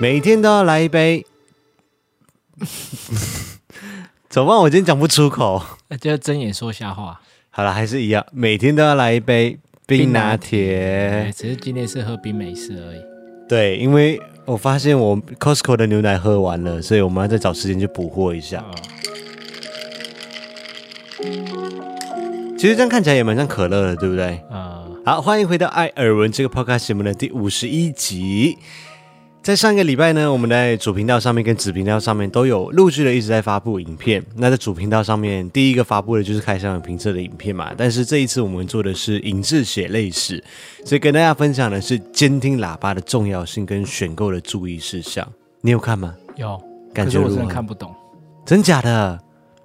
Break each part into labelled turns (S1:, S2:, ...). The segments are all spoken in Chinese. S1: 每天都要来一杯。 怎么办？我今天讲不出口。
S2: 呃就睁眼说瞎话。
S1: 好了，还是一样，每天都要来一杯冰拿
S2: 哎，
S1: 铁。
S2: 只是今天是喝冰美式而已。
S1: 对，因为我发现我 Costco 的牛奶喝完了，所以我们要再找时间去补货一下。
S2: 哦，
S1: 其实这样看起来也蛮像可乐的，对不对？
S2: 呃，
S1: 好，欢迎回到《艾尔文》这个 podcast 节目的第五十一集。在上个礼拜呢，我们在主频道上面跟子频道上面都有陆续的一直在发布影片。那在主频道上面，第一个发布的就是开箱影评测的影片嘛。但是这一次我们做的是影视血泪史，所以跟大家分享的是监听喇叭的重要性跟选购的注意事项。你有看吗？
S2: 有，
S1: 感
S2: 可
S1: 觉
S2: 是我
S1: 如
S2: 真的
S1: 何
S2: 看？不懂。
S1: 真假的？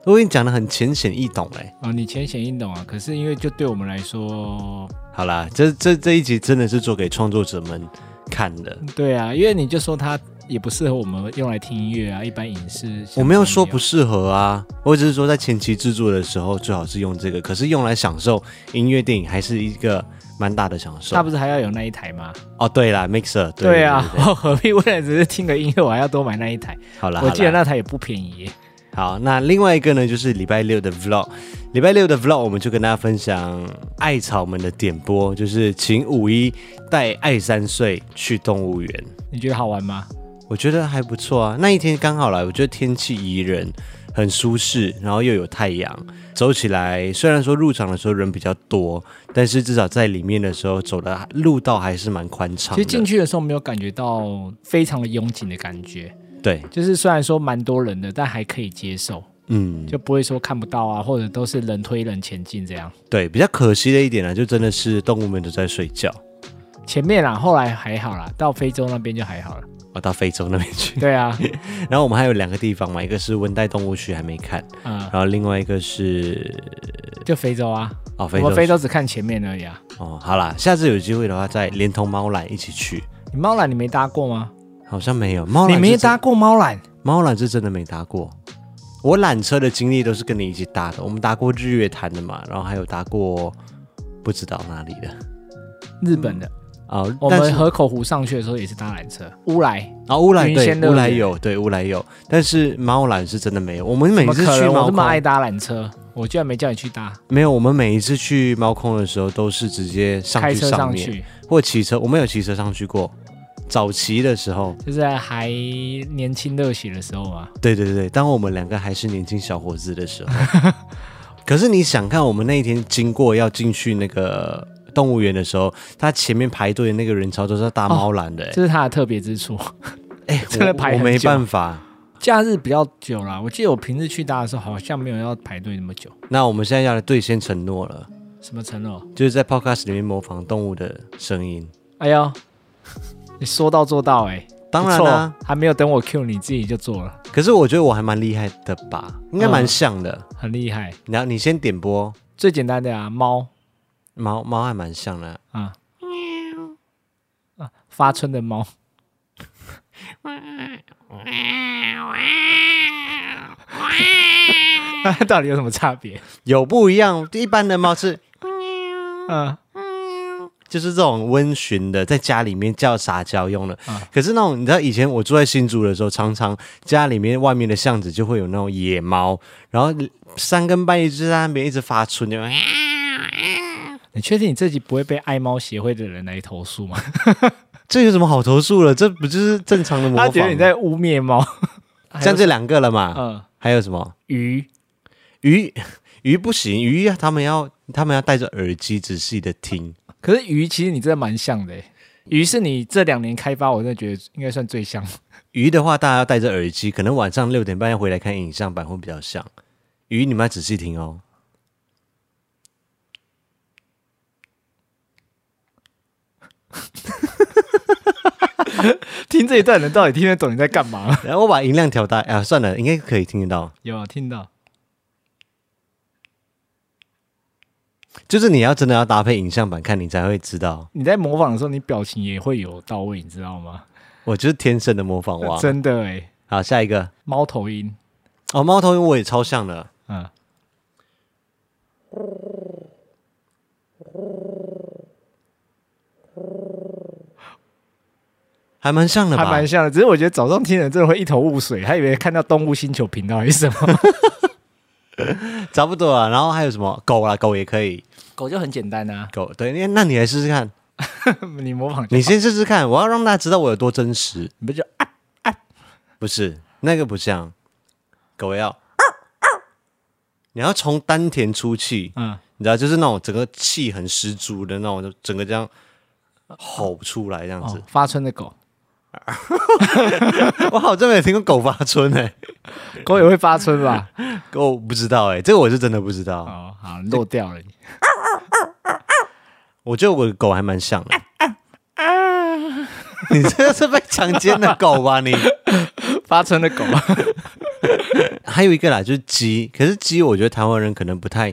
S1: 我跟你讲的很浅显易懂哎、
S2: 啊，你浅显易懂啊，可是因为就对我们来说，
S1: 好啦，这这这一集真的是做给创作者们看的。
S2: 对啊，因为你就说它也不适合我们用来听音乐啊，一般影视。
S1: 我没有说不
S2: 是，
S1: 适合啊，我只是说在前期制作的时候最好是用这个，可是用来享受音乐电影还是一个蛮大的享受
S2: 它。不是还要有那一台吗？
S1: 哦，对啦 m i x e r 对
S2: 对啊，
S1: 对对对
S2: 我 何必为了只是听个音乐，我还要多买那一台？
S1: 好 啦，
S2: 我记得
S1: 好啦
S2: 那台也不便宜耶。
S1: 好，那另外一个呢就是礼拜六的 vlog，礼拜六的 vlog 我们就跟大家分享艾草们的点播，就是请五一带艾三岁去动物园。
S2: 你觉得好玩吗？
S1: 我觉得还不错啊。那一天刚好来，我觉得天气宜人，很舒适，然后又有太阳，走起来虽然说入场的时候人比较多，但是至少在里面的时候走的路道还是蛮宽敞
S2: 其
S1: 的。
S2: 实进去的时候没有感觉到非常的拥挤的感觉，
S1: 对，
S2: 就是虽然说蛮多人的，但还可以接受，
S1: 嗯，
S2: 就不会说看不到啊，或者都是人推人前进这样。
S1: 对，比较可惜的一点呢、就真的是动物们都在睡觉。
S2: 前面啦，后来还好啦，到非洲那边就还好了。
S1: 我、啊到非洲那边去，
S2: 对啊，
S1: 然后我们还有两个地方嘛，一个是温带动物区还没看，
S2: 嗯，
S1: 然后另外一个是
S2: 就非洲啊，
S1: 哦非
S2: 我
S1: 洲
S2: 们非洲只看前面而已啊。
S1: 哦，好啦，下次有机会的话再连同猫缆一起去，
S2: 你猫缆你没搭过吗？
S1: 好像没有猫缆
S2: 你
S1: 是
S2: 没
S1: 真
S2: 搭过猫缆？
S1: 猫缆是真的没搭过。我缆车的经历都是跟你一起搭的，我们搭过日月潭的嘛，然后还有搭过不知道哪里的
S2: 日本的，
S1: 哦，
S2: 我
S1: 但是
S2: 们河口湖上去的时候也是搭缆车，乌来
S1: 啊乌来
S2: 云
S1: 对
S2: 仙乐
S1: 乌来
S2: 园
S1: 有对乌来有，但是猫缆是真的没有。我们每
S2: 怎么
S1: 次
S2: 可
S1: 去
S2: 能？我
S1: 猫
S2: 这么爱
S1: 空
S2: 搭缆车，我居然没叫你去搭，
S1: 没有，我们每一次去猫空的时候都是直接上
S2: 开
S1: 去
S2: 车上
S1: 面
S2: 去，
S1: 或骑车，我们有骑车上去过。早期的时候，
S2: 就是在还年轻热血的时候啊嘛。
S1: 对对对，当我们两个还是年轻小伙子的时候。 可是你想看，我们那一天经过要进去那个动物园的时候，他前面排队的那个人潮都是大猫缆的、欸，
S2: 这是它的特别之处。
S1: 哎、
S2: 哦真的
S1: 我
S2: 排很
S1: 我没
S2: 久
S1: 办法。
S2: 假日比较久啦，我记得我平日去搭的时候好像没有要排队那么久。
S1: 那我们现在要来兑现承诺了，
S2: 什么承诺？
S1: 就是在 podcast 里面模仿动物的声音。
S2: 哎呦，你说到做到 哎、
S1: 当然
S2: 不
S1: 啦、
S2: 错还没有等我 Q 你自己就做了，
S1: 可是我觉得我还蛮厉害的吧，应该蛮像的。
S2: 很厉害。
S1: 然后你先点播，
S2: 最简单的啊，猫
S1: 猫猫还蛮像的。
S2: 啊，啊，发春的猫， 那到底有什么差别？
S1: 有不一样，一般的猫是
S2: 嗯、
S1: 就是这种温驯的，在家里面叫撒娇用的。
S2: 啊
S1: 可是那种你知道，以前我住在新竹的时候，常常家里面外面的巷子就会有那种野猫，然后三更半夜就在那边一直发春，
S2: 嗯
S1: 就
S2: 你确定你自己不会被爱猫协会的人来投诉吗？
S1: 这有什么好投诉了？这不就是正常的模仿
S2: 他
S1: 吗？
S2: 觉得你在污蔑 猫。
S1: 像这两个了嘛？
S2: 嗯、
S1: 还有什么
S2: 鱼
S1: 鱼？鱼不行，鱼他们要他们要戴着耳机仔细的听。
S2: 可是鱼，其实你真的蛮像的欸。鱼是你这两年开发，我真的觉得应该算最像。
S1: 鱼的话，大家要戴着耳机，可能晚上六点半要回来看影像版会比较像。鱼你们要仔细听哦。
S2: 听这一段的人到底听得懂你在干嘛？
S1: 然后我把音量调大啊，算了，应该可以听得到。
S2: 有啊，听到。
S1: 就是你要真的要搭配影像版看，你才会知道。
S2: 你在模仿的时候，你表情也会有到位，你知道吗？
S1: 我就是天生的模仿王。
S2: 真的哎，
S1: 好，下一个
S2: 猫头鹰，
S1: 哦，猫头鹰我也超像的。
S2: 嗯，
S1: 还蛮像的
S2: 还
S1: 吧
S2: 蛮？像的。只是我觉得早上听的人真的会一头雾水，还以为看到动物星球频道还是什么。
S1: 差不多啊。然后还有什么狗啦，狗也可以，
S2: 狗就很简单啊，
S1: 狗对，那那你来试试看，
S2: 你模仿就
S1: 你先试试看，我要让大家知道我有多真实。
S2: 你不就
S1: 不是那个不像，狗要，你要从丹田出气，
S2: 嗯
S1: 你知道，就是那种整个气很十足的那种，就整个这样吼出来这样子
S2: 哦。发春的狗，
S1: 我好像没有听过狗发春哎、
S2: 狗也会发春 吧？
S1: 狗不知道哎、这个我是真的不知道。
S2: 哦，好漏掉了你。
S1: 我觉得我的狗还蛮像的。
S2: 啊
S1: 你这个是被强奸的狗吧？ 你
S2: 发春的狗，
S1: 还有一个啦，就是鸡。可是鸡，我觉得台湾人可能不太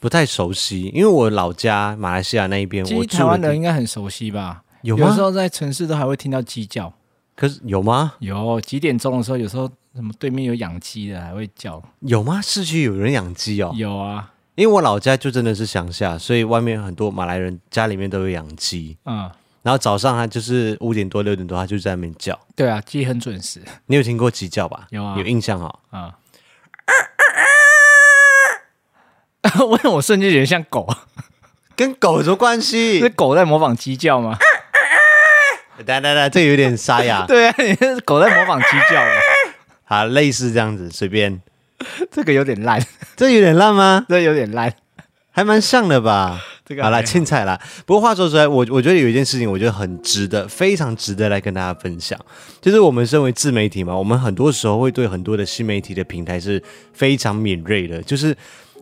S1: 不太熟悉，因为我老家马来西亚那一边，
S2: 其
S1: 我
S2: 实
S1: 住
S2: 台湾
S1: 的
S2: 人
S1: 地
S2: 应该很熟悉吧？
S1: 有
S2: 有时
S1: 吗？
S2: 候在城市都还会听到鸡叫。
S1: 可是有吗？
S2: 有几点钟的时候，有时候什么对面有养鸡的还会叫，
S1: 有吗？市区有人养鸡哦？
S2: 有啊，
S1: 因为我老家就真的是乡下，所以外面很多马来人家里面都有养鸡。
S2: 嗯，
S1: 然后早上他就是五点多六点多，他就在那边叫。
S2: 对啊，鸡很准时
S1: 你有听过鸡叫吧？
S2: 有啊
S1: 有印象哦。
S2: 啊。 为什么我瞬间觉得像 狗？
S1: 跟狗有什么关
S2: 是
S1: 系？
S2: 狗在模仿鸡叫吗？
S1: 来来来，这个有点沙哑。
S2: 对啊，你是狗在模仿鸡叫啊吗？
S1: 好，类似这样子，随便。
S2: 这个有点烂，
S1: 这有点烂吗？
S2: 这有点烂。
S1: 还蛮像的吧。
S2: 这个
S1: 好啦，
S2: 还好
S1: 青菜啦。不过话说出来，我我觉得有一件事情，我觉得很值得，非常值得来跟大家分享，就是我们身为自媒体嘛，我们很多时候会对很多的新媒体的平台是非常敏锐的，就是。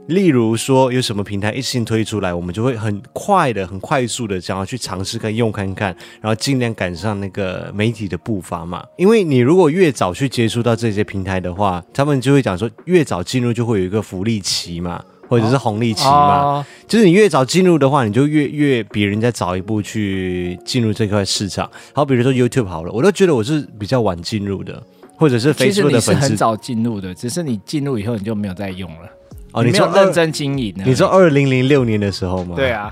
S1: 例如说，有什么平台一新推出来，我们就会很快的、很快速的想要去尝试跟用看看，然后尽量赶上那个媒体的步伐嘛。因为你如果越早去接触到这些平台的话，他们就会讲说，越早进入就会有一个福利期嘛，或者是红利期嘛。
S2: 哦，
S1: 就是你越早进入的话，你就越越比人家早一步去进入这块市场。好，比如说 YouTube 好了，我都觉得我是比较晚进入的，或者是
S2: 其嗯实
S1: Facebook
S2: 你
S1: 的
S2: 是
S1: 粉
S2: 很
S1: 丝
S2: 早进入的，只是你进入以后你就没有再用了。
S1: 哦。
S2: 你没
S1: 说
S2: 有认
S1: 二，
S2: 真经营呢？
S1: 你说二零零六年的时候吗？
S2: 对，啊，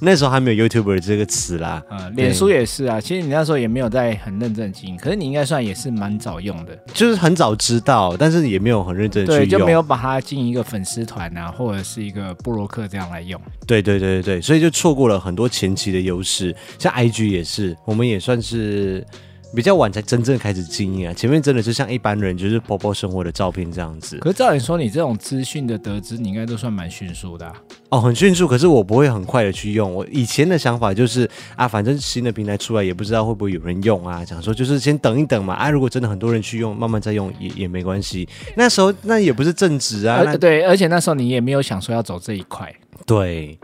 S1: 那时候还没有 YouTuber 这个词啦。
S2: 呃，脸书也是啊。其实你那时候也没有在很认真经营，可是你应该算也是蛮早用的，
S1: 就是很早知道，但是也没有很认真的去
S2: 对，
S1: 用。
S2: 就没有把它经营一个粉丝团啊，或者是一个布洛克这样来用。
S1: 对对对对对，所以就错过了很多前期的优势，像 IG 也是，我们也算是比较晚才真正开始经营啊。前面真的就像一般人，就是婆婆生活的照片这样子。
S2: 可是照理说，你这种资讯的得知，你应该都算蛮迅速的啊、
S1: 哦，很迅速，可是我不会很快的去用。我以前的想法就是啊，反正新的平台出来也不知道会不会有人用啊，想说就是先等一等嘛。啊，如果真的很多人去用，慢慢再用也也没关系。那时候那也不是正职啊，
S2: 而、
S1: 那
S2: 对，而且那时候你也没有想说要走这一块，
S1: 对，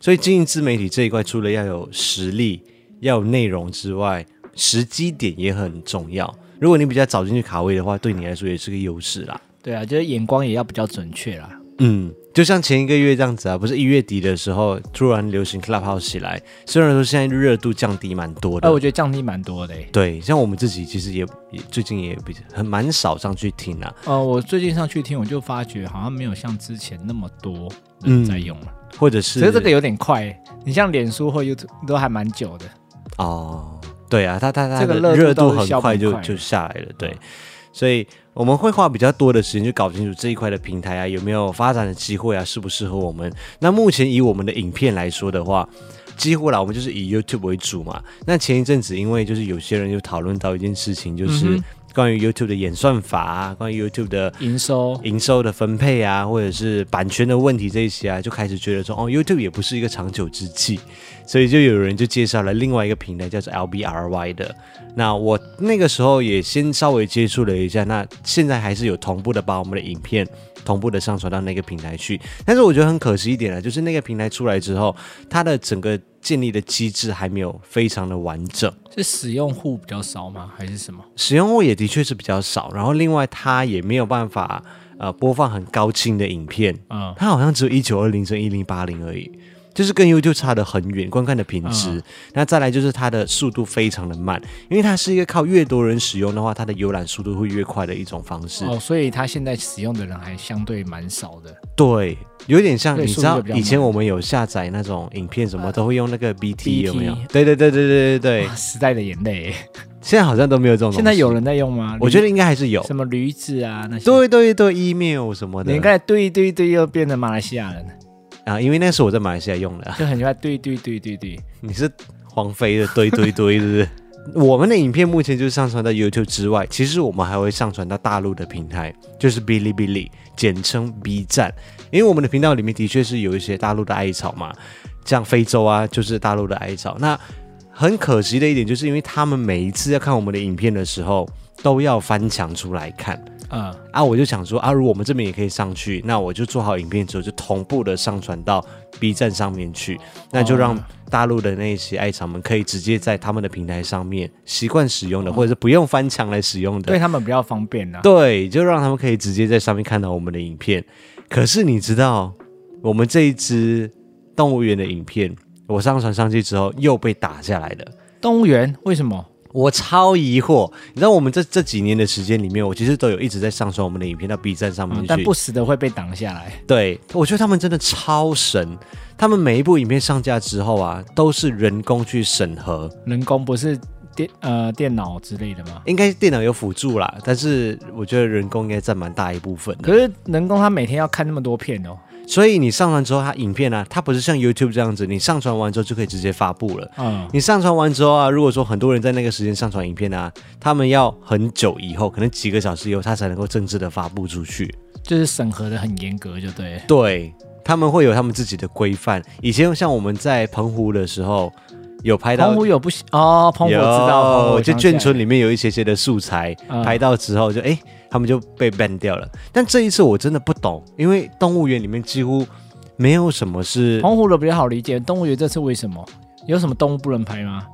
S1: 所以经营自媒体这一块，除了要有实力、要有内容之外，时机点也很重要。如果你比较早进去卡位的话，对你来说也是个优势啦。
S2: 对啊，就是眼光也要比较准确啦。
S1: 嗯，就像前一个月这样子啊，不是一月底的时候突然流行 Clubhouse 起来，虽然说现在热度降低蛮多
S2: 哎、
S1: 的，
S2: 我觉得降低蛮多的、欸。
S1: 对，像我们自己其实也也最近也比很蛮少上去听啊，
S2: 呃，我最近上去听，我就发觉好像没有像之前那么多
S1: 嗯
S2: 人在用了。
S1: 或者是
S2: 其实这个有点快、欸，你像脸书或 YouTube 都还蛮久的。
S1: 哦，对啊，它它它
S2: 这个
S1: 的热
S2: 热
S1: 度
S2: 度都是
S1: 很
S2: 消
S1: 快
S2: 不
S1: 就
S2: 快
S1: 就
S2: 的
S1: 下来了，对
S2: 嗯，
S1: 所以我们会花比较多的时间去搞清楚这一块的平台啊有没有发展的机会啊，适不适合我们。那目前以我们的影片来说的话。几乎啦，我们就是以
S2: 嗯
S1: YouTube 为主嘛。那前一阵子，因为就是有些人就讨论到一件事情，就是
S2: 嗯哼
S1: 关于 YouTube 的演算法啊，关于 YouTube 的
S2: 营收
S1: 营收的分配啊，或者是版权的问题这一些啊，就开始觉得说，哦，YouTube 也不是一个长久之计，所以就有人就介绍了另外一个平台叫做 LBRY 的。那我那个时候也先稍微接触了一下，那现在还是有同步的把我们的影片同步的上传到那个平台去，但是我觉得很可惜一点啊，就是那个平台出来之后，它的整个建立的机制还没有非常的完整。
S2: 是使用户比较少吗？还是什么？
S1: 使用户也的确是比较少，然后另外它也没有办法呃播放很高清的影片，
S2: 嗯，
S1: 它好像只有一九二零乘一零八零而已，就是跟 YouTube 差得很远，观看的品质。
S2: 嗯
S1: 那再来就是它的速度非常的慢，因为它是一个靠越多人使用的话，它的浏览速度会越快的一种方式。
S2: 哦，所以它现在使用的人还相对蛮少的。
S1: 对，有点像
S2: 对
S1: 你
S2: 速
S1: 知
S2: 度
S1: 道
S2: 会比较
S1: 以前
S2: 慢
S1: 我们有下载那种影片什么，都会用那个 BT
S2: BT
S1: 有没有？对对对对对对对
S2: 啊，时代的眼泪，
S1: 现在好像都没有这种东西。
S2: 现在有人在用吗？
S1: 我觉
S2: 得
S1: 得应该还是有。
S2: 什么驴子啊那些，，
S1: 对对对，email 什么的。
S2: 你应该对对对，又变成马来西亚人了，
S1: 啊，因为那时候我在马来西亚用的。
S2: 就很喜欢对对对对对。
S1: 你是黄飞的堆堆堆，是不是？ 我们的影片目前就是上传到 YouTube 之外，其实我们还会上传到大陆的平台，就是哔哩哔哩，简称 B 站。因为我们的频道里面的确是有一些大陆的艾草嘛，像非洲啊，就是大陆的艾草。那很可惜的一点，就是因为他们每一次要看我们的影片的时候，都要翻墙出来看。
S2: 嗯，
S1: 啊，我就想说啊，如果我们这边也可以上去，那我就做好影片之后就同步的上传到 B 站上面去，那就
S2: 哦
S1: 让大陆的那些爱厂们可以直接在他们的平台上面习惯使用的，或者是不用翻墙来使用的，
S2: 对他们比较方便啊啦。
S1: 对，就让他们可以直接在上面看到我们的影片。可是你知道，我们这一支动物园的影片，我上传上去之后又被打下来了。
S2: 动物园为什么？
S1: 我超疑惑，你知道我们这这几年的时间里面，我其实都有一直在上传我们的影片到 B 站上面
S2: 嗯
S1: 去，
S2: 但不时的会被挡下来。
S1: 对，我觉得他们真的超神。他们每一部影片上架之后啊，都是人工去审核，
S2: 人工不是电呃电脑之类的吗？
S1: 应该电脑有辅助啦，但是我觉得人工应该占蛮大一部分的。
S2: 可是人工他每天要看那么多片哦。
S1: 所以你上传之后，它影片啊，它不是像 YouTube 这样子，你上传完之后就可以直接发布了。
S2: 嗯，
S1: 你上传完之后啊，如果说很多人在那个时间上传影片啊，他们要很久以后，可能几个小时以后，它才能够正式的发布出去。
S2: 就是审核的很严格，就对了。
S1: 对，他们会有他们自己的规范。以前像我们在澎湖的时候，有拍到
S2: 澎湖有不行哦，澎湖我知道，澎湖
S1: 有
S2: 我
S1: 就
S2: 想起来
S1: 眷村里面有一些些的素材，
S2: 嗯
S1: 拍到之后就哎、诶他们就被 ban 掉了。但这一次我真的不懂，因为动物园里面几乎没有什么是
S2: 澎湖的比较好理解，动物园这次为什么有什么动物不能拍吗？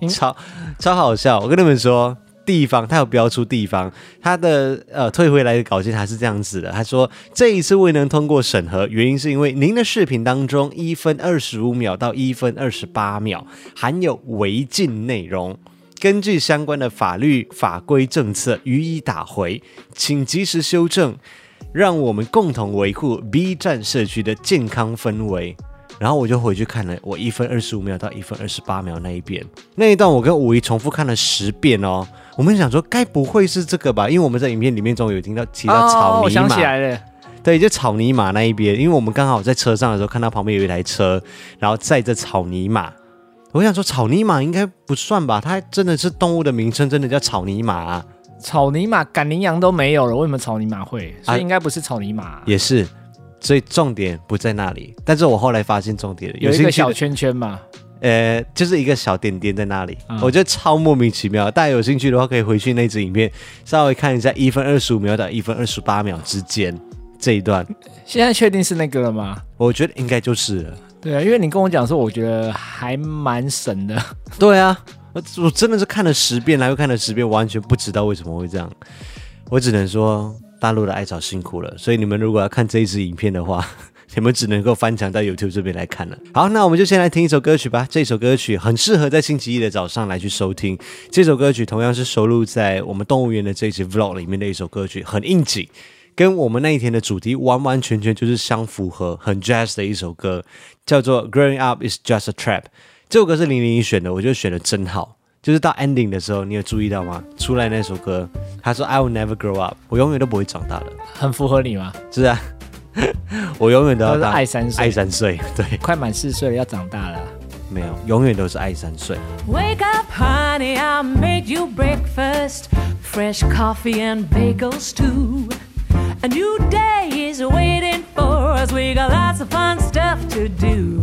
S2: 嗯
S1: 超超好笑。我跟你们说，地方他有标出地方，他的呃退回来的稿件他是这样子的，他说这一次未能通过审核，原因是因为您的视频当中一分二十五秒到一分二十八秒含有违禁内容。根据相关的法律法规政策予以打回，请及时修正，让我们共同维护 B 站社区的健康氛围。然后我就回去看了我一分二十五秒到一分二十八秒那一遍那一段，我跟五一重复看了十遍哦。我们想说，该不会是这个吧？因为我们在影片里面总有听到提到
S2: 哦，
S1: 草
S2: 我
S1: 泥
S2: 想
S1: 马，
S2: 起来了，
S1: 对，就草泥马那一边，因为我们刚好在车上的时候看到旁边有一台车，然后载着草泥马。我想说，草泥马应该不算吧？它真的是动物的名称，真的叫草泥马、啊，
S2: 草泥马、赶羚羊都没有了，为什么草泥马会？
S1: 啊
S2: 所以应该不是草泥马，啊
S1: 也是。所以重点不在那里，但是我后来发现重点了，
S2: 有一
S1: 兴
S2: 个
S1: 趣的
S2: 小圈圈嘛。
S1: 呃，就是一个小点点在那里，
S2: 嗯
S1: 我觉得超莫名其妙。大家有兴趣的话，可以回去那支影片稍微看一下，一分二十五秒到一分二十八秒之间这一段，
S2: 现在确定是那个了吗？
S1: 我觉得应该就是了。
S2: 对啊，因为你跟我讲说，我觉得还蛮神的。
S1: 对啊，我我真的是看了十遍，来回看了十遍，完全不知道为什么会这样。我只能说，大陆的艾草辛苦了。所以你们如果要看这一支影片的话，你们只能够翻墙到 YouTube 这边来看了。好，那我们就先来听一首歌曲吧。这首歌曲很适合在星期一的早上来去收听。这首歌曲同样是收录在我们动物园的这一集 Vlog 里面的一首歌曲，很应景。跟我们那一天的主题完完全全就是相符合，很 jazz 的一首歌，叫做《Growing Up Is Just a Trap》。这首歌是零零一选的，我觉得选的真好。就是到 ending 的时候，你有注意到吗？出来那首歌，他说 “I will never grow up”，我永远都不会长大的。
S2: 很符合你吗？
S1: 是啊， 我永远都要
S2: 都是
S1: 当
S2: 爱三岁
S1: 爱三岁。 对，
S2: 快满四岁了，要长大了。
S1: 没有，永远都是爱三岁。
S3: Wake up, honey, I made you breakfast. Fresh coffee and bagels, too. A new day is waiting for us. We got lots of fun stuff to do.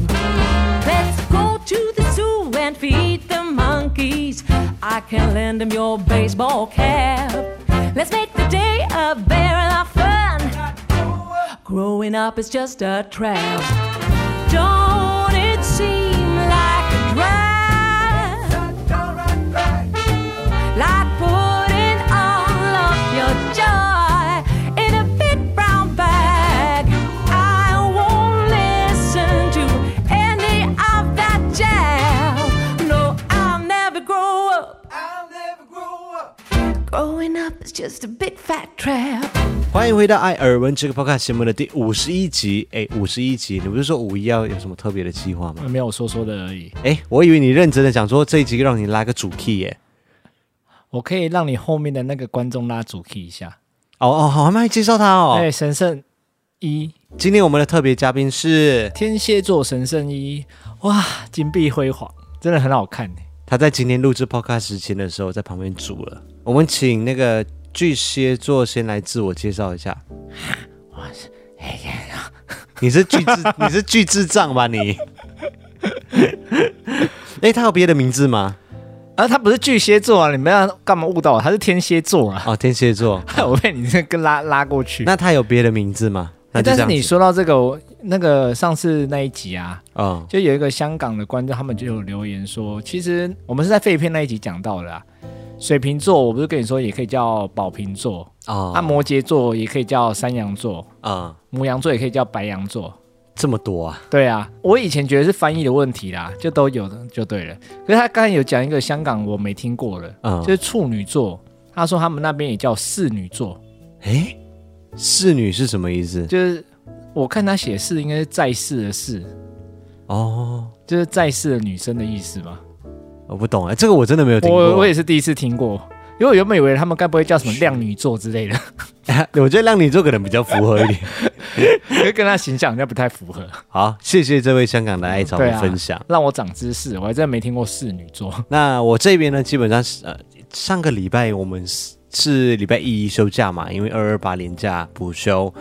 S3: Let's go to the zoo and feed the monkeys. I can lend them your baseball cap. Let's make the day a barrel of fun. Growing up is just a trap. Don't it seem like a drag? Like putting all of your joy in a big brown bag. I won't listen to just a big fat trap.
S1: 欢迎回到《艾尔文》这个 podcast 节目的第五十一集。哎，五十一集，你不是说五一要有什么特别的计划吗？
S2: 没有说说的而已。
S1: 哎，我以为你认真的讲说这一集让你拉个主 key 耶。
S2: 我可以让你后面的那个观众拉主 key 一下。
S1: 哦哦，好，还没介绍他哦。
S2: 哎、神圣一，
S1: 今天我们的特别嘉宾是，
S2: 天蝎座神圣一，哇，金碧辉煌，真的很好看欸耶
S1: 他在今天录制 podcast 之前的时候在旁边煮了。我们请那个巨蟹座先来自我介绍一 下。
S2: 啊
S1: 你是巨智， 你是巨智障吧你？ 哎，他有别的名字吗？
S2: 啊，他不是巨蟹座啊，你们要干嘛误导我？他是天蝎座啊，
S1: 哦，天蝎座。
S2: 害 我被你这个拉拉过去。
S1: 那他有别的名字吗？那
S2: 哎
S1: 就这
S2: 但是
S1: 样子
S2: 你说到这个，我那个上次那一集啊，
S1: 哦，
S2: 就有一个香港的观众，他们就有留言说，其实我们是在废片那一集讲到的啊。水瓶座，我不是跟你说也可以叫宝瓶座，
S1: 哦，
S2: 啊，摩羯座也可以叫山羊座，
S1: 啊、
S2: 母羊座也可以叫白羊座。
S1: 这么多啊，
S2: 对啊，我以前觉得是翻译的问题啦，就都有的就对了。可是他刚才有讲一个香港我没听过的，
S1: 嗯
S2: 就是处女座，他说他们那边也叫侍女座，
S1: 哎，侍女是什么意思？
S2: 就是我看他写侍应该是在世的世，
S1: 哦，
S2: 就是在世的女生的意思嘛。
S1: 我不懂哎，这个我真的没有听过。
S2: 我我也是第一次听过，因为我原本以为他们该不会叫什么靓女座之类的，
S1: 我觉得让你做可能比较符合一点。
S2: 因为跟他形象好像不太符合。
S1: 好，谢谢这位香港的艾草
S2: 对
S1: 的
S2: 啊，
S1: 分享。
S2: 让我长知识，我还真没听过侍女座。
S1: 那我这边呢，基本上是呃，上个礼拜我们是是礼拜一休假嘛，因为二二八连假补休，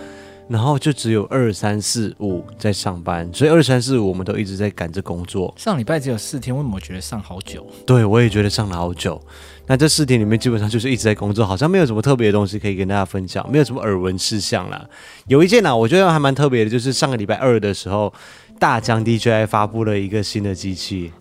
S1: 然后就只有二三四五在上班，所以二三四五我们都一直在赶着工作。
S2: 上礼拜只有四天，为什么我觉得上好久？
S1: 对，我也觉得上了好久。那这四天里面，基本上就是一直在工作，好像没有什么特别的东西可以跟大家分享，没有什么耳闻事项啦。有一件啊呢、我觉得还蛮特别的，就是上个礼拜二的时候，大疆 DJI 发布了一个新的机器。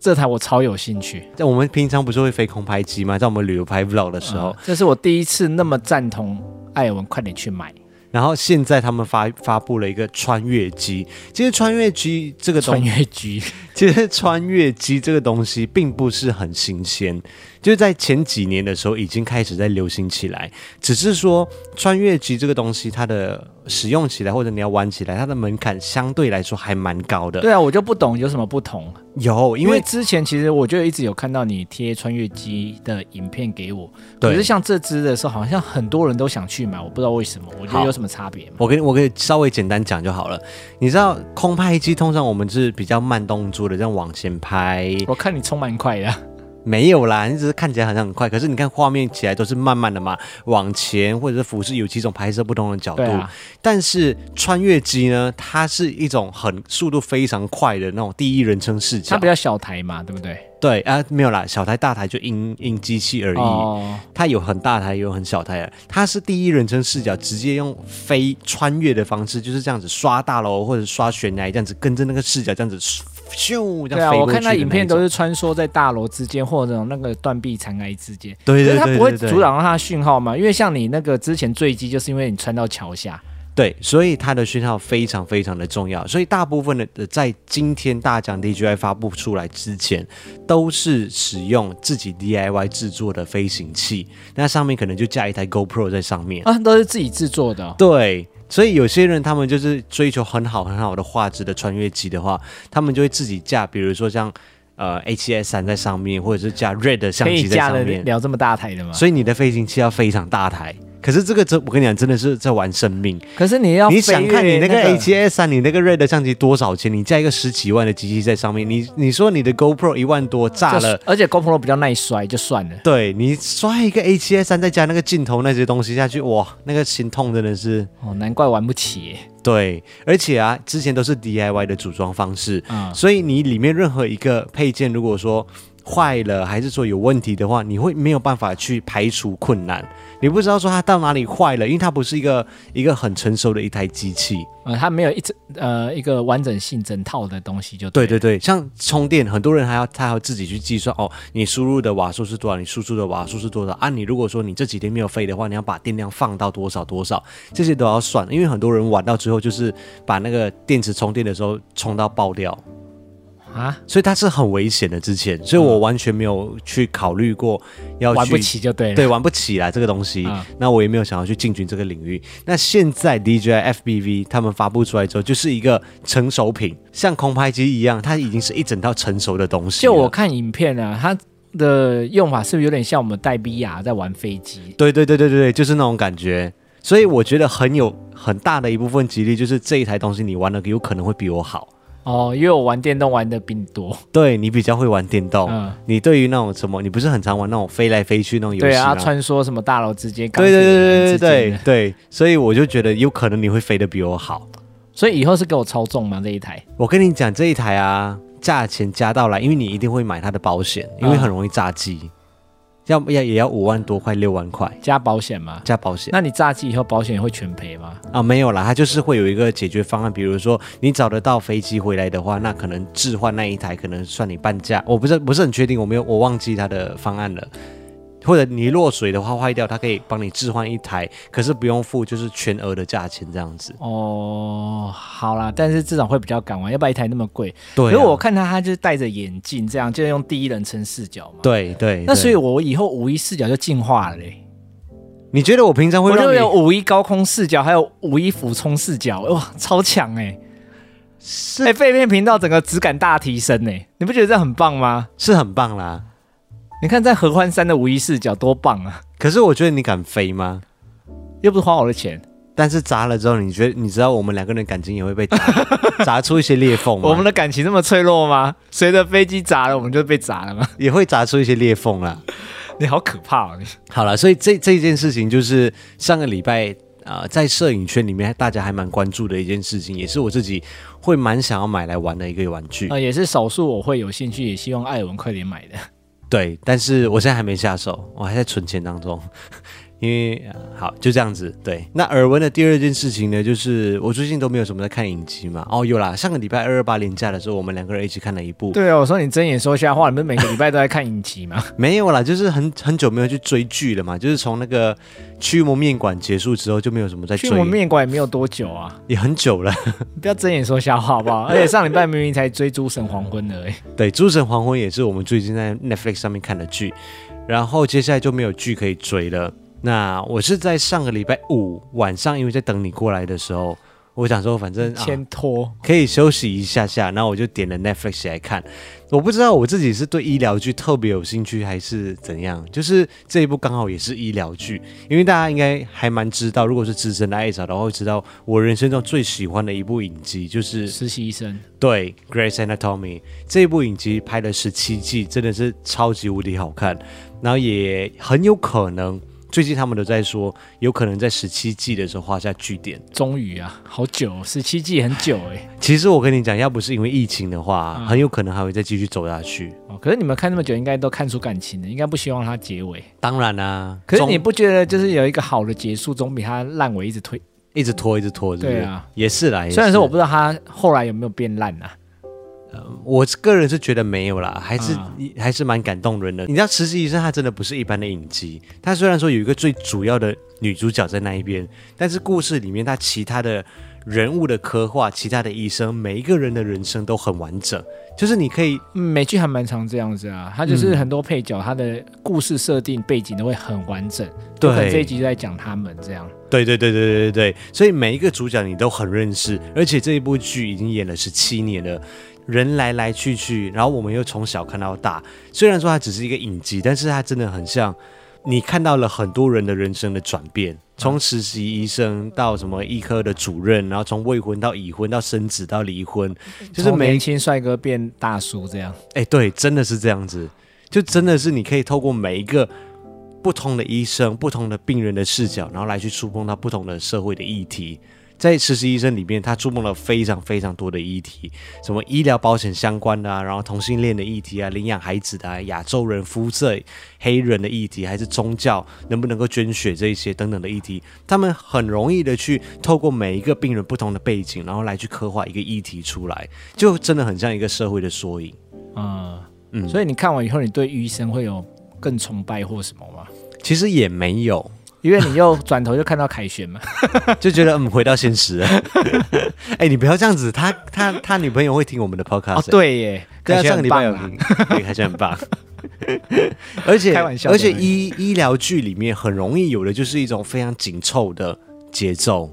S2: 这台我超有兴趣。
S1: 在我们平常不是会飞空拍机吗？在我们旅游拍 vlog 的时候，
S2: 嗯这是我第一次那么赞同艾文，快点去买
S1: 然后现在他们发发布了一个穿越机。其实穿越机这个东
S2: 穿越局。
S1: 其实穿越机这个东西并不是很新鲜，就是在前几年的时候已经开始在流行起来，只是说穿越机这个东西它的使用起来或者你要玩起来，它的门槛相对来说还蛮高的。
S2: 对啊，我就不懂有什么不同，
S1: 有，因
S2: 因为
S1: 为
S2: 之前其实我就一直有看到你贴穿越机的影片给我，
S1: 对
S2: 可是像这支的时候，好像很多人都想去买，我不知道为什么，我觉
S1: 好
S2: 得有什么差别吗？
S1: 我给你，我给你稍微简单讲就好了。你知道空拍机通常我们是比较慢动作的，这样往前拍，
S2: 我看你冲蛮快的啊，
S1: 没有啦，你只是看起来好像很快，可是你看画面起来都是慢慢的嘛，往前或者是俯视，有几种拍摄不同的角度。
S2: 对啊
S1: 但是穿越机呢，它是一种很速度非常快的那种第一人称视
S2: 它
S1: 角
S2: 比。较小台嘛，对不对？
S1: 对啊、没有啦，小台大台就因因机器而异。
S2: 哦，
S1: 它有很大台，也有很小台的。啊它是第一人称视角，直接用飞穿越的方式，就是这样子刷大楼或者刷悬崖，这样子跟着那个视角这样子咻这
S2: 对
S1: 样
S2: 啊，
S1: 飞
S2: 我
S1: 过去的那一种。
S2: 看他影片都是穿梭在大楼之间或者那个断壁残骸之间，
S1: 对对对
S2: 可是它不会
S1: 对对对
S2: 阻挡到它的讯号嘛？因为像你那个之前坠机，就是因为你穿到桥下，
S1: 对，所以它的讯号非常非常的重要，所以大部分的呃在今天大奖 DJI 发布出来之前，都是使用自己 DIY 制作的飞行器，那上面可能就架一台 GoPro 在上面。
S2: 啊，都是自己制作的哦、
S1: 对，所以有些人他们就是追求很好很好的画质的穿越机的话，他们就会自己架，比如说像呃 A7S 三在上面，或者是架 Red 的相
S2: 可
S1: 机
S2: 以
S1: 在
S2: 架
S1: 上
S2: 得
S1: 面。
S2: 了这么大台的吗？
S1: 所以你的飞行器要非常大台，可是这个真我跟你讲，真的是在玩生命。
S2: 可是你要
S1: 你想看你
S2: 飞
S1: 那
S2: 越
S1: 个
S2: 个
S1: A 7 S 三，你那个 Red 的相机多少钱？你加一个十几万的机器在上面，你你说你的 GoPro 一万多炸
S2: 嗯就
S1: 了
S2: 是，而且 GoPro 比较耐摔，就算了。
S1: 对你刷一个 A 7 S 三，再加那个镜头那些东西下去，哇，那个心痛真的是
S2: 哦，难怪玩不起耶。
S1: 对。而且啊，之前都是 DIY 的组装方式，
S2: 嗯
S1: 所以你里面任何一个配件，如果说坏了还是说有问题的话，你会没有办法去排除困难，你不知道说它到哪里坏了，因为它不是一个一个很成熟的一台机器。
S2: 呃，它没有一整呃一个完整性整套的东西就
S1: 对
S2: 对了
S1: 对对，像充电，很多人还要他还要自己去计算哦，你输入的瓦数是多少，你输出的瓦数是多少啊？你如果说你这几天没有飞的话，你要把电量放到多少多少，这些都要算，因为很多人玩到之后就是把那个电池充电的时候充到爆掉，
S2: 啊，
S1: 所以它是很危险的。之前，所以我完全没有去考虑过要去
S2: 玩不起就对了。
S1: 对，玩不起啦这个东西。
S2: 嗯
S1: 那我也没有想要去进军这个领域。那现在 DJI FPV 他们发布出来之后，就是一个成熟品，像空拍机一样，它已经是一整套成熟的东西了。
S2: 就我看影片啊，它的用法是不是有点像我们戴 VR 在玩飞机？
S1: 对对对对对对，就是那种感觉。所以我觉得很有很大的一部分激励，就是这一台东西你玩的有可能会比我好，
S2: 哦，因为我玩电动玩的比你多。
S1: 对你比较会玩电动，
S2: 嗯
S1: 你对于那种什么，你不是很常玩那种飞来飞去那种游戏
S2: 对啊，
S1: 吗？
S2: 穿梭什么大楼之间，
S1: 对对对对对
S2: 钢铁人之
S1: 对
S2: 间的
S1: 对，所以我就觉得有可能你会飞得比我好。
S2: 所以以后是给我操纵吗？这一台？
S1: 我跟你讲这一台啊，价钱加到来，因为你一定会买它的保险，因为很容易炸机，要要也要五万多块六万块
S2: 加保险吗？
S1: 加保险
S2: 那你炸机以后保险会全赔吗？
S1: 啊，没有啦，它就是会有一个解决方案，比如说你找得到飞机回来的话，那可能置换那一台可能算你半价，我不是不是很确定，我没有我忘记它的方案了。或者你落水的话坏掉，它可以帮你置换一台，可是不用付就是全额的价钱这样子。
S2: 哦，好啦，但是至少会比较敢玩，要不然一台那么贵。
S1: 对啊、
S2: 可是我看他，他就是戴着眼镜这样，就是用第一人称视角嘛。。
S1: 对对，
S2: 那所以，
S1: 对
S2: 我以后五一视角就进化了嘞。
S1: 你觉得我平常会
S2: 我
S1: 让
S2: 就
S1: 你
S2: 有五一高空视角，还有五一俯冲视角，哇，超强哎、欸！
S1: 是
S2: 哎、背面频道整个质感大提升哎、你不觉得这很棒吗？
S1: 是很棒啦，
S2: 你看在合欢山的五一视角多棒啊！
S1: 可是我觉得你敢飞吗？
S2: 又不是花我的钱，
S1: 但是砸了之后，你觉得你知道我们两个人感情也会被砸 砸出一些裂缝吗？
S2: 我们的感情那么脆弱吗？随着飞机砸了，我们就被砸了吗？
S1: 也会砸出一些裂缝啦。
S2: 你好可怕哦！你
S1: 好了，所以这这件事情就是上个礼拜呃，在摄影圈里面大家还蛮关注的一件事情，也是我自己会蛮想要买来玩的一个玩具。
S2: 呃，也是少数我会有兴趣，也希望艾文快点买的。
S1: 对，但是我现在还没下手，我还在存钱当中。 因为、呃好就这样子，对。那耳闻的第二件事情呢，就是我最近都没有什么在看影集嘛。哦，有啦，上个礼拜二二八连假的时候，我们两个人一起看了一部，
S2: 对啊，我说你睁眼说瞎话，你不是每个礼拜都在看影集 吗？
S1: 没有啦，就是很很久没有去追剧了嘛，就是从那个《驱魔面馆》结束之后就没有什么在
S2: 去
S1: 追，
S2: 我们面馆也没有多久啊，
S1: 也很久了。
S2: 你不要睁眼说瞎话好不好？而且上礼拜明明才追《诸神黄昏》而已。
S1: 对，《诸神黄昏》也是我们最近在 Netflix 上面看的剧，然后接下来就没有剧可以追了。那我是在上个礼拜五晚上，因为在等你过来的时候，我想说反正啊
S2: 牵拖，
S1: 可以休息一下下，然后我就点了 Netflix 来看。我不知道我自己是对医疗剧特别有兴趣，还是怎样。就是这一部刚好也是医疗剧，因为大家应该还蛮知道，如果是资深的爱找的话，会知道我人生中最喜欢的一部影集就是
S2: 实习医生，
S1: 对《Grace Anatomy》这一部影集拍了十七季，真的是超级无敌好看。然后也很有可能，最近他们都在说，有可能在十七季的时候画下句点。
S2: 终于啊，好久，十七季很久哎、
S1: 其实我跟你讲，要不是因为疫情的话，
S2: 嗯
S1: 很有可能还会再继续走下去。
S2: 哦，可是你们看那么久，应该都看出感情了，应该不希望它结尾。
S1: 当然啦、
S2: 可是
S1: 中
S2: 你不觉得就是有一个好的结束，总比它烂尾一直推？
S1: 一直拖，一直拖，是不是
S2: 对啊，
S1: 也是啦。也是
S2: 虽然说我不知道它后来有没有变烂啊，
S1: 我个人是觉得没有啦，还是、
S2: 啊
S1: 还是蛮感动人的。你知道《实习医生》他真的不是一般的影集，他虽然说有一个最主要的女主角在那一边，但是故事里面他其他的人物的刻画，其他的医生，每一个人的人生都很完整，就是你可以
S2: 嗯，美剧还蛮常这样子啊，它就是很多配角，它的故事设定背景都会很完整，
S1: 对
S2: 就可能这一集就在讲他们这样，
S1: 对对对对对对，所以每一个主角你都很认识，而且这一部剧已经演了十七年了，人来来去去，然后我们又从小看到大。虽然说它只是一个影集，但是它真的很像你看到了很多人的人生的转变，从实习医生到什么医科的主任，然后从未婚到已婚到生子到离婚，就是
S2: 从
S1: 每
S2: 年轻帅哥变大叔这样。
S1: 哎，对，真的是这样子，就真的是你可以透过每一个不同的医生、不同的病人的视角，然后来去触碰到不同的社会的议题。在实习医生里面，他触碰了非常非常多的议题，什么医疗保险相关的啊，然后同性恋的议题啊，领养孩子的啊，亚洲人、肤色、黑人的议题，还是宗教能不能够捐血这一些等等的议题，他们很容易的去透过每一个病人不同的背景，然后来去刻画一个议题出来，就真的很像一个社会的缩影。
S2: 啊，
S1: 嗯
S2: 所以你看完以后，你对医生会有更崇拜或什么吗？
S1: 其实也没有，
S2: 因为你又转头就看到凯旋 嘛。
S1: 就觉得嗯，回到现实了。 哎、你不要这样子，他他他女朋友会听我们的 podcast 欸、
S2: 哦，对耶，
S1: 对啊，
S2: 凯旋
S1: 上个
S2: 很
S1: 礼拜
S2: 棒
S1: 有
S2: 啊
S1: 听，对，还是很 棒。而且
S2: 开玩笑的
S1: 而且
S2: 而
S1: 医医疗剧里面很容易有的就是一种非常紧凑的节奏，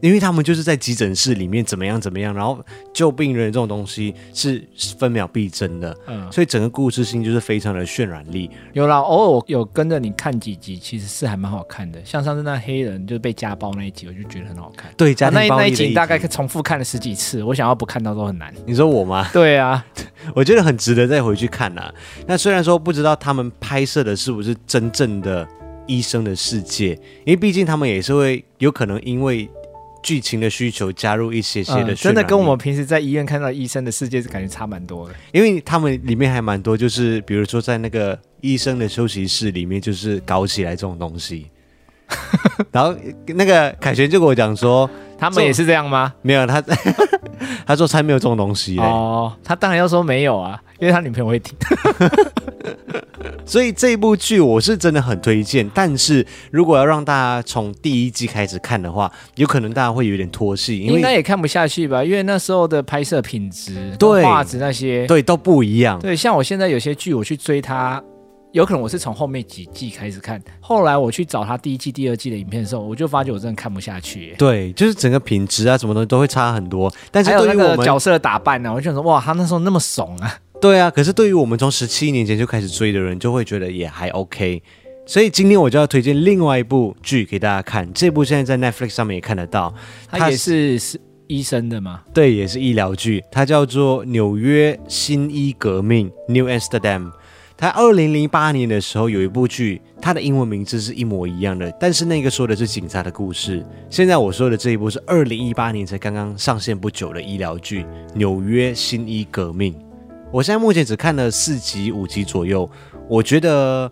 S1: 因为他们就是在急诊室里面怎么样怎么样，然后救病人这种东西是分秒必争的，
S2: 嗯
S1: 所以整个故事性就是非常的渲染力。
S2: 有啦，偶尔我有跟着你看几集，其实是还蛮好看的。像上次那黑人就被家暴那一集，我就觉得很好看。
S1: 对，家
S2: 啊那
S1: 庭
S2: 一
S1: 暴
S2: 那
S1: 力
S2: 一
S1: 的
S2: 集
S1: 议
S2: 大概
S1: 题
S2: 重复看了十几次，我想要不看到都很难。
S1: 你说我吗？
S2: 对啊，
S1: 我觉得很值得再回去看啊。那虽然说不知道他们拍摄的是不是真正的医生的世界，因为毕竟他们也是会有可能因为剧情的需求加入一些些的、
S2: 嗯真的跟我们，平时在医院看到医生的世界是感觉差蛮多的。
S1: 因为他们里面还蛮多，就是比如说在那个医生的休息室里面，就是搞起来这种东西。然后那个凯旋就跟我讲说，
S2: 他们也是这样吗？
S1: 没有他， 他说才没有这种东西嘞。
S2: 哦，他当然要说没有啊，因为他女朋友会听。
S1: 所以这部剧我是真的很推荐，但是如果要让大家从第一季开始看的话，有可能大家会有点脱戏，因
S2: 应该
S1: 为
S2: 也看不下去吧，因为那时候的拍摄品质、
S1: 对
S2: 画质那些，
S1: 对都不一样。
S2: 对，像我现在有些剧我去追它，有可能我是从后面几季开始看，后来我去找它第一季、第二季的影片的时候，我就发觉我真的看不下去耶。
S1: 对，就是整个品质啊，什么东西都会差很多。但是
S2: 还有
S1: 对
S2: 那
S1: 于我
S2: 个
S1: 们，
S2: 角色的打扮啊呢、我就想说，哇，他那时候那么怂啊！
S1: 对啊，可是对于我们从十七年前就开始追的人，就会觉得也还 OK。所以今天我就要推荐另外一部剧给大家看，这部现在在 Netflix 上面也看得到，
S2: 他也是是医生的嘛，
S1: 对，也是医疗剧，它叫做《纽约新医革命》（New Amsterdam）。它二零零八年的时候有一部剧，它的英文名字是一模一样的，但是那个说的是警察的故事。现在我说的这一部是二零一八年才刚刚上线不久的医疗剧《纽约新医革命》。我现在目前只看了四集、五集左右，我觉得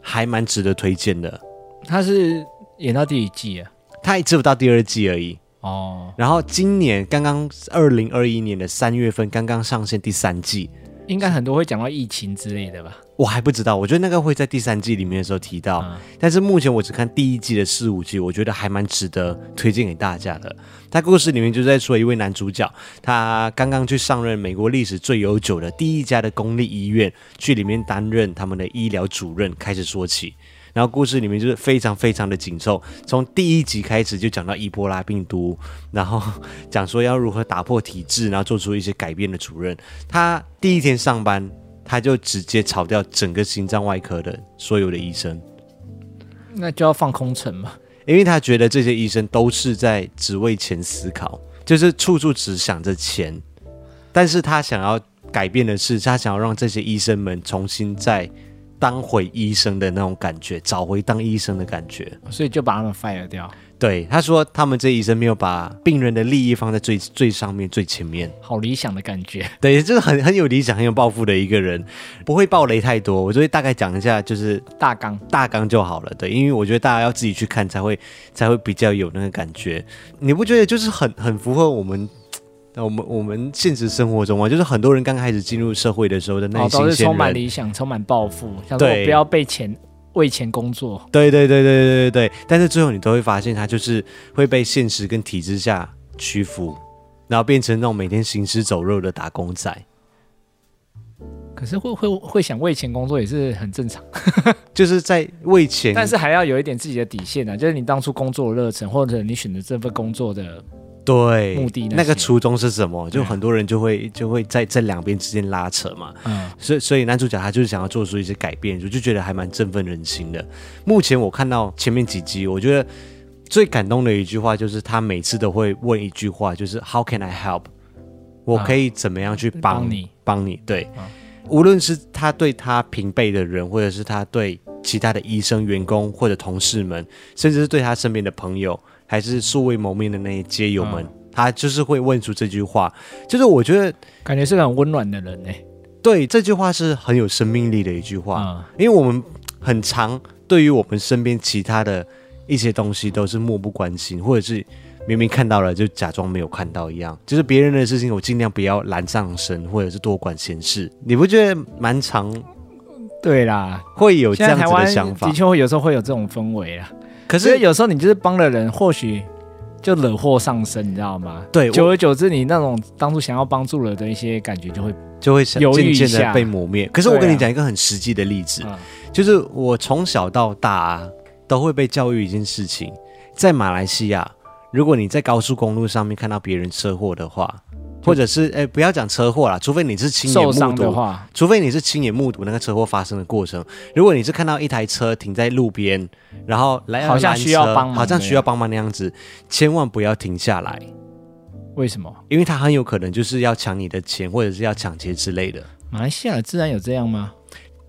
S1: 还蛮值得推荐的。
S2: 他是演到第一季啊。
S1: 它只有到第二季而已，
S2: 哦，
S1: 然后今年刚刚二零二一年的三月份刚刚上线第三季，
S2: 应该很多会讲到疫情之类的吧？
S1: 我还不知道，我觉得那个会在第三季里面的时候提到，
S2: 嗯
S1: 但是目前我只看第一季的四五集，我觉得还蛮值得推荐给大家的。他故事里面就在说一位男主角，他刚刚去上任美国历史最悠久的第一家的公立医院，去里面担任他们的医疗主任，开始说起。然后故事里面就是非常非常的紧凑，从第一集开始就讲到伊波拉病毒，然后讲说要如何打破体制，然后做出一些改变的主任。他第一天上班，他就直接炒掉整个心脏外科的所有的医生，
S2: 那就要放空城嘛。
S1: 因为他觉得这些医生都是在职位前思考，就是处处只想着钱。但是他想要改变的是，他想要让这些医生们重新再当回医生的那种感觉，找回当医生的感觉。
S2: 所以就把他们 fire 掉，
S1: 对，他说他们这医生没有把病人的利益放在最最上面、最前面。
S2: 好理想的感觉。
S1: 对，就是很很有理想、很有抱负的一个人，不会暴雷太多。我就会大概讲一下，就是
S2: 大纲
S1: 大纲就好了。对，因为我觉得大家要自己去看才会才会比较有那个感觉。你不觉得就是很很符合我们？呃我们我们现实生活中啊，就是很多人刚开始进入社会的时候的那
S2: 哦，
S1: 些
S2: 都
S1: 新
S2: 是
S1: 鲜
S2: 充满
S1: 人，
S2: 理想、充满抱负，想说
S1: 对
S2: 我不要被钱为钱工作。
S1: 对对对对对对对，但是最后你都会发现，他就是会被现实跟体制下屈服，然后变成那种每天行尸走肉的打工仔。
S2: 可是会会会想为钱工作也是很正
S1: 嗯
S2: 常，
S1: 就是在为钱，
S2: 但是还要有一点自己的底线啊，就是你当初工作的热忱，或者你选择这份工作的，
S1: 对
S2: 目的那些
S1: 那个初衷是什么？就
S2: 对啊
S1: 很多人就会就会在这两边之间拉扯嘛。
S2: 嗯，
S1: 所以所以男主角他就是想要做出一些改变，我就觉得还蛮振奋人心的。目前我看到前面几集，我觉得最感动的一句话就是他每次都会问一句话，就是 “How can I help？” 我可以怎么样去帮
S2: 啊帮你？
S1: 帮你对
S2: 啊，
S1: 无论是他对他平辈的人，或者是他对其他的医生、员工或者同事们，甚至是对他身边的朋友，还是素未谋面的那些街友们
S2: 嗯，
S1: 他就是会问出这句话。就是我觉得
S2: 感觉是个很温暖的人呢、
S1: 对这句话是很有生命力的一句话。
S2: 嗯，
S1: 因为我们很常对于我们身边其他的一些东西都是漠不关心，或者是明明看到了就假装没有看到一样。就是别人的事情，我尽量不要揽上身，或者是多管闲事。你不觉得蛮常
S2: 对啦，
S1: 会有这
S2: 现在
S1: 样子
S2: 台
S1: 的
S2: 湾
S1: 想法
S2: 的？确会有时候会有这种氛围啊，
S1: 可
S2: 所以
S1: 是
S2: 有时候你就是帮了人，或许就惹祸上身，你知道吗？
S1: 对我
S2: 久而久之，你那种当初想要帮助了的一些感觉就会，
S1: 就会想
S2: 犹豫
S1: 渐
S2: 一
S1: 渐的
S2: 下
S1: 被磨灭。可是我
S2: 对
S1: 跟
S2: 啊
S1: 你讲一个很实际的例子，
S2: 嗯
S1: 就是我从小到大、啊、都会被教育一件事情，在马来西亚，如果你在高速公路上面看到别人车祸的话，或者是哎，不要讲车祸啦，除非你是亲眼
S2: 受
S1: 目
S2: 伤的
S1: 睹，
S2: 话，
S1: 除非你是亲眼目睹那个车祸发生的过程。如果你是看到一台车停在路边，然后来
S2: 好像
S1: 拦
S2: 需要
S1: 车
S2: 帮忙
S1: 好像
S2: 的
S1: 需要帮忙那样子，千万不要停下来，
S2: 为什么？
S1: 因为他很有可能就是要抢你的钱，或者是要抢劫之类的。
S2: 马来西亚的治安有这样吗？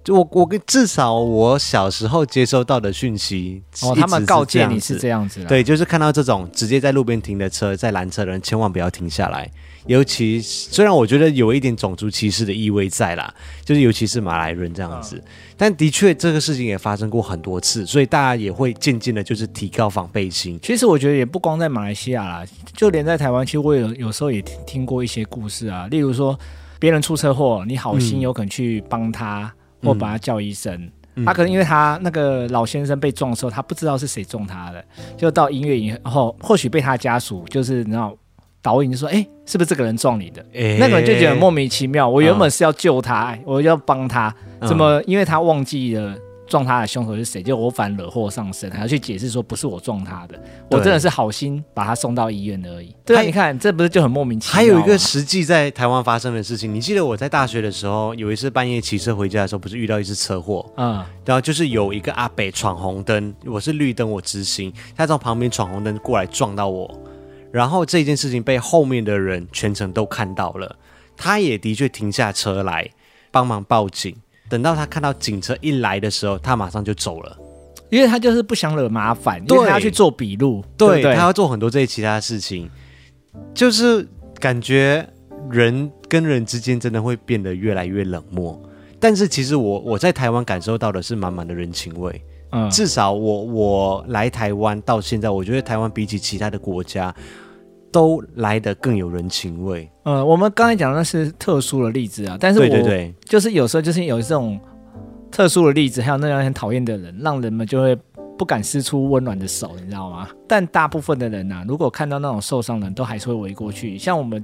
S1: 就我我跟至少我小时候接收到的讯息，
S2: 哦，
S1: 一直
S2: 他们告诫你是
S1: 这
S2: 这样子
S1: 样子
S2: 啦。
S1: 对，就是看到这种直接在路边停的车，在拦车的人千万不要停下来。尤其虽然我觉得有一点种族歧视的意味在啦，就是尤其是马来人这样子，
S2: 嗯
S1: 但的确这个事情也发生过很多次，所以大家也会渐渐的就是提高防备心。
S2: 其实我觉得也不光在马来西亚啦，就连在台湾，其实我有有时候也听听过一些故事啊，例如说别人出车祸，你好心有可能去帮他、或把他叫医生。他、可能因为他那个老先生被撞的时候，他不知道是谁撞他的，就到医院以后，或许被他家属就是你知道导引就说：“哎、是不是这个人撞你的？”
S1: 诶
S2: 那个人就觉得莫名其妙。我原本是要救他，我要帮他，
S1: 嗯
S2: 怎么因为他忘记了撞他的凶手是谁，就我反惹祸上身，还要去解释说不是我撞他的，我
S1: 对
S2: 真的是好心把他送到医院而已。对啊，
S1: 还
S2: 你看这不是就很莫名其妙吗？
S1: 还有一个实际在台湾发生的事情，你记得我在大学的时候，有一次半夜骑车回家的时候，不是遇到一次车祸？
S2: 嗯，
S1: 然后就是有一个阿北闯红灯，我是绿灯，我直行，他从旁边闯红灯过来撞到我，然后这件事情被后面的人全程都看到了，他也的确停下车来帮忙报警。等到他看到警车一来的时候，他马上就走了。
S2: 因为他就是不想惹麻烦，因为
S1: 对
S2: 他要去做笔录，对
S1: 对
S2: 不对
S1: 他要做很多这些其他事情，就是感觉人跟人之间真的会变得越来越冷漠。但是其实我我在台湾感受到的是满满的人情味。
S2: 嗯，
S1: 至少我我来台湾到现在，我觉得台湾比起其他的国家都来得更有人情味。
S2: 呃，我们刚才讲的那是特殊的例子啊，但是我
S1: 对对对，
S2: 就是有时候就是有这种特殊的例子，还有那样很讨厌的人，让人们就会不敢伸出温暖的手，你知道吗？但大部分的人呐、如果看到那种受伤的人，都还是会围过去。像我们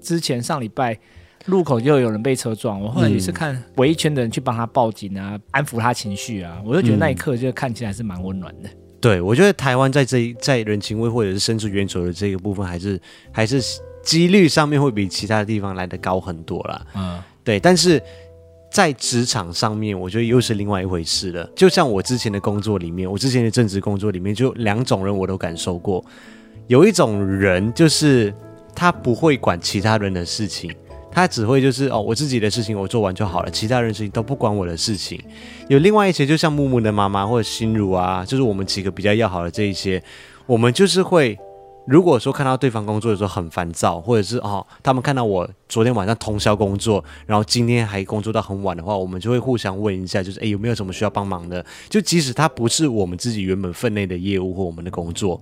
S2: 之前上礼拜路口就有人被车撞，我后来也是看围一圈的人去帮他报警啊，安抚他情绪啊，我就觉得那一刻就看起来是蛮温暖的。
S1: 对我觉得台湾在这一在人情味或者是伸出援手的这个部分，还是还是几率上面会比其他地方来得高很多啦。
S2: 嗯，
S1: 对，但是在职场上面，我觉得又是另外一回事了。就像我之前的工作里面，我之前的正职工作里面，就两种人我都感受过。有一种人就是他不会管其他人的事情，他只会就是哦，我自己的事情我做完就好了，其他人的事情都不关我的事情。有另外一些，就像木木的妈妈或者心如啊，就是我们几个比较要好的这一些，我们就是会。如果说看到对方工作的时候很烦躁，或者是哦，他们看到我昨天晚上通宵工作，然后今天还工作到很晚的话，我们就会互相问一下，就是诶有没有什么需要帮忙的？就即使它不是我们自己原本分内的业务或我们的工作，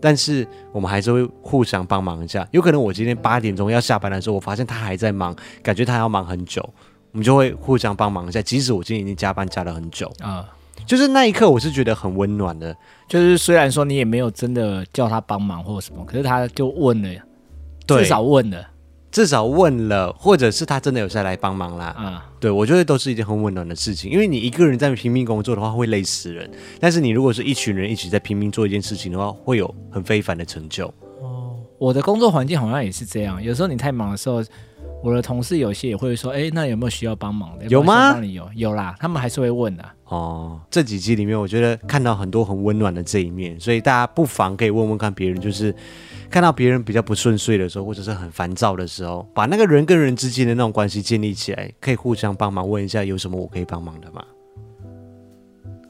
S1: 但是我们还是会互相帮忙一下。有可能我今天八点钟要下班的时候，我发现他还在忙，感觉他还要忙很久，我们就会互相帮忙一下。即使我今天已经加班加了很久，
S2: 啊、
S1: 就是那一刻我是觉得很温暖的。
S2: 就是虽然说你也没有真的叫他帮忙或什么，可是他就问了，
S1: 对
S2: 至少问了
S1: 至少问了，或者是他真的有下来帮忙啦。
S2: 啊。
S1: 对，我觉得都是一件很温暖的事情，因为你一个人在拼命工作的话会累死人，但是你如果是一群人一起在拼命做一件事情的话，会有很非凡的成就。
S2: 我的工作环境好像也是这样，有时候你太忙的时候，我的同事有些也会说：“哎，那有没有需要帮忙的？
S1: 有吗
S2: 要不然需要帮你哦有有啦，他们还是会问的、
S1: 哦，这几集里面我觉得看到很多很温暖的这一面，所以大家不妨可以问问看别人，就是看到别人比较不顺遂的时候，或者是很烦躁的时候，把那个人跟人之间的那种关系建立起来，可以互相帮忙，问一下有什么我可以帮忙的吗？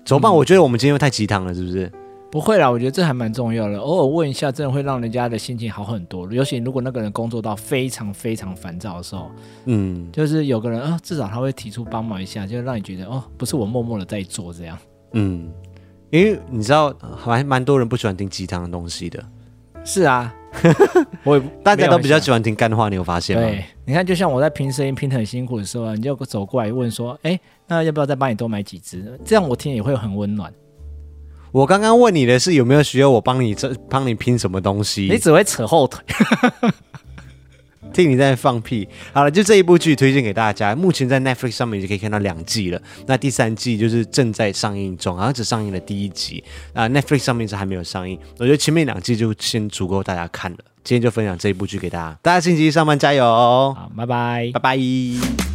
S1: 怎么办？我觉得我们今天又太鸡汤了，是不是？
S2: 不会啦，我觉得这还蛮重要的，偶尔问一下，真的会让人家的心情好很多。尤其如果那个人工作到非常非常烦躁的时候，
S1: 嗯
S2: 就是有个人啊，至少他会提出帮忙一下，就让你觉得哦，不是我默默的在做这样。
S1: 嗯，因为你知道，还蛮多人不喜欢听鸡汤的东西的，
S2: 是啊， 我也不
S1: 大家都比较
S2: 没有很想
S1: 喜欢听干话，你有发现吗？
S2: 对，你看，就像我在拼声音拼得很辛苦的时候啊，你就走过来问说：“哎，那要不要再帮你多买几只？”这样我听也会很温暖。
S1: 我刚刚问你的是有没有需要我帮你这帮你拼什么东
S2: 你
S1: 西？
S2: 只会扯后腿。
S1: 听你在放屁。好了，就这一部剧推荐给大家，目前在 Netflix 上面已经可以看到两季了，那第三季就是正在上映中，好像只上映了第一集啊、n e t f l i x 上面是还没有上映。我觉得前面两季就先足够大家看了。今天就分享这一部剧给大家，大家星期一上班加油哦，
S2: 好，拜拜
S1: 拜。拜。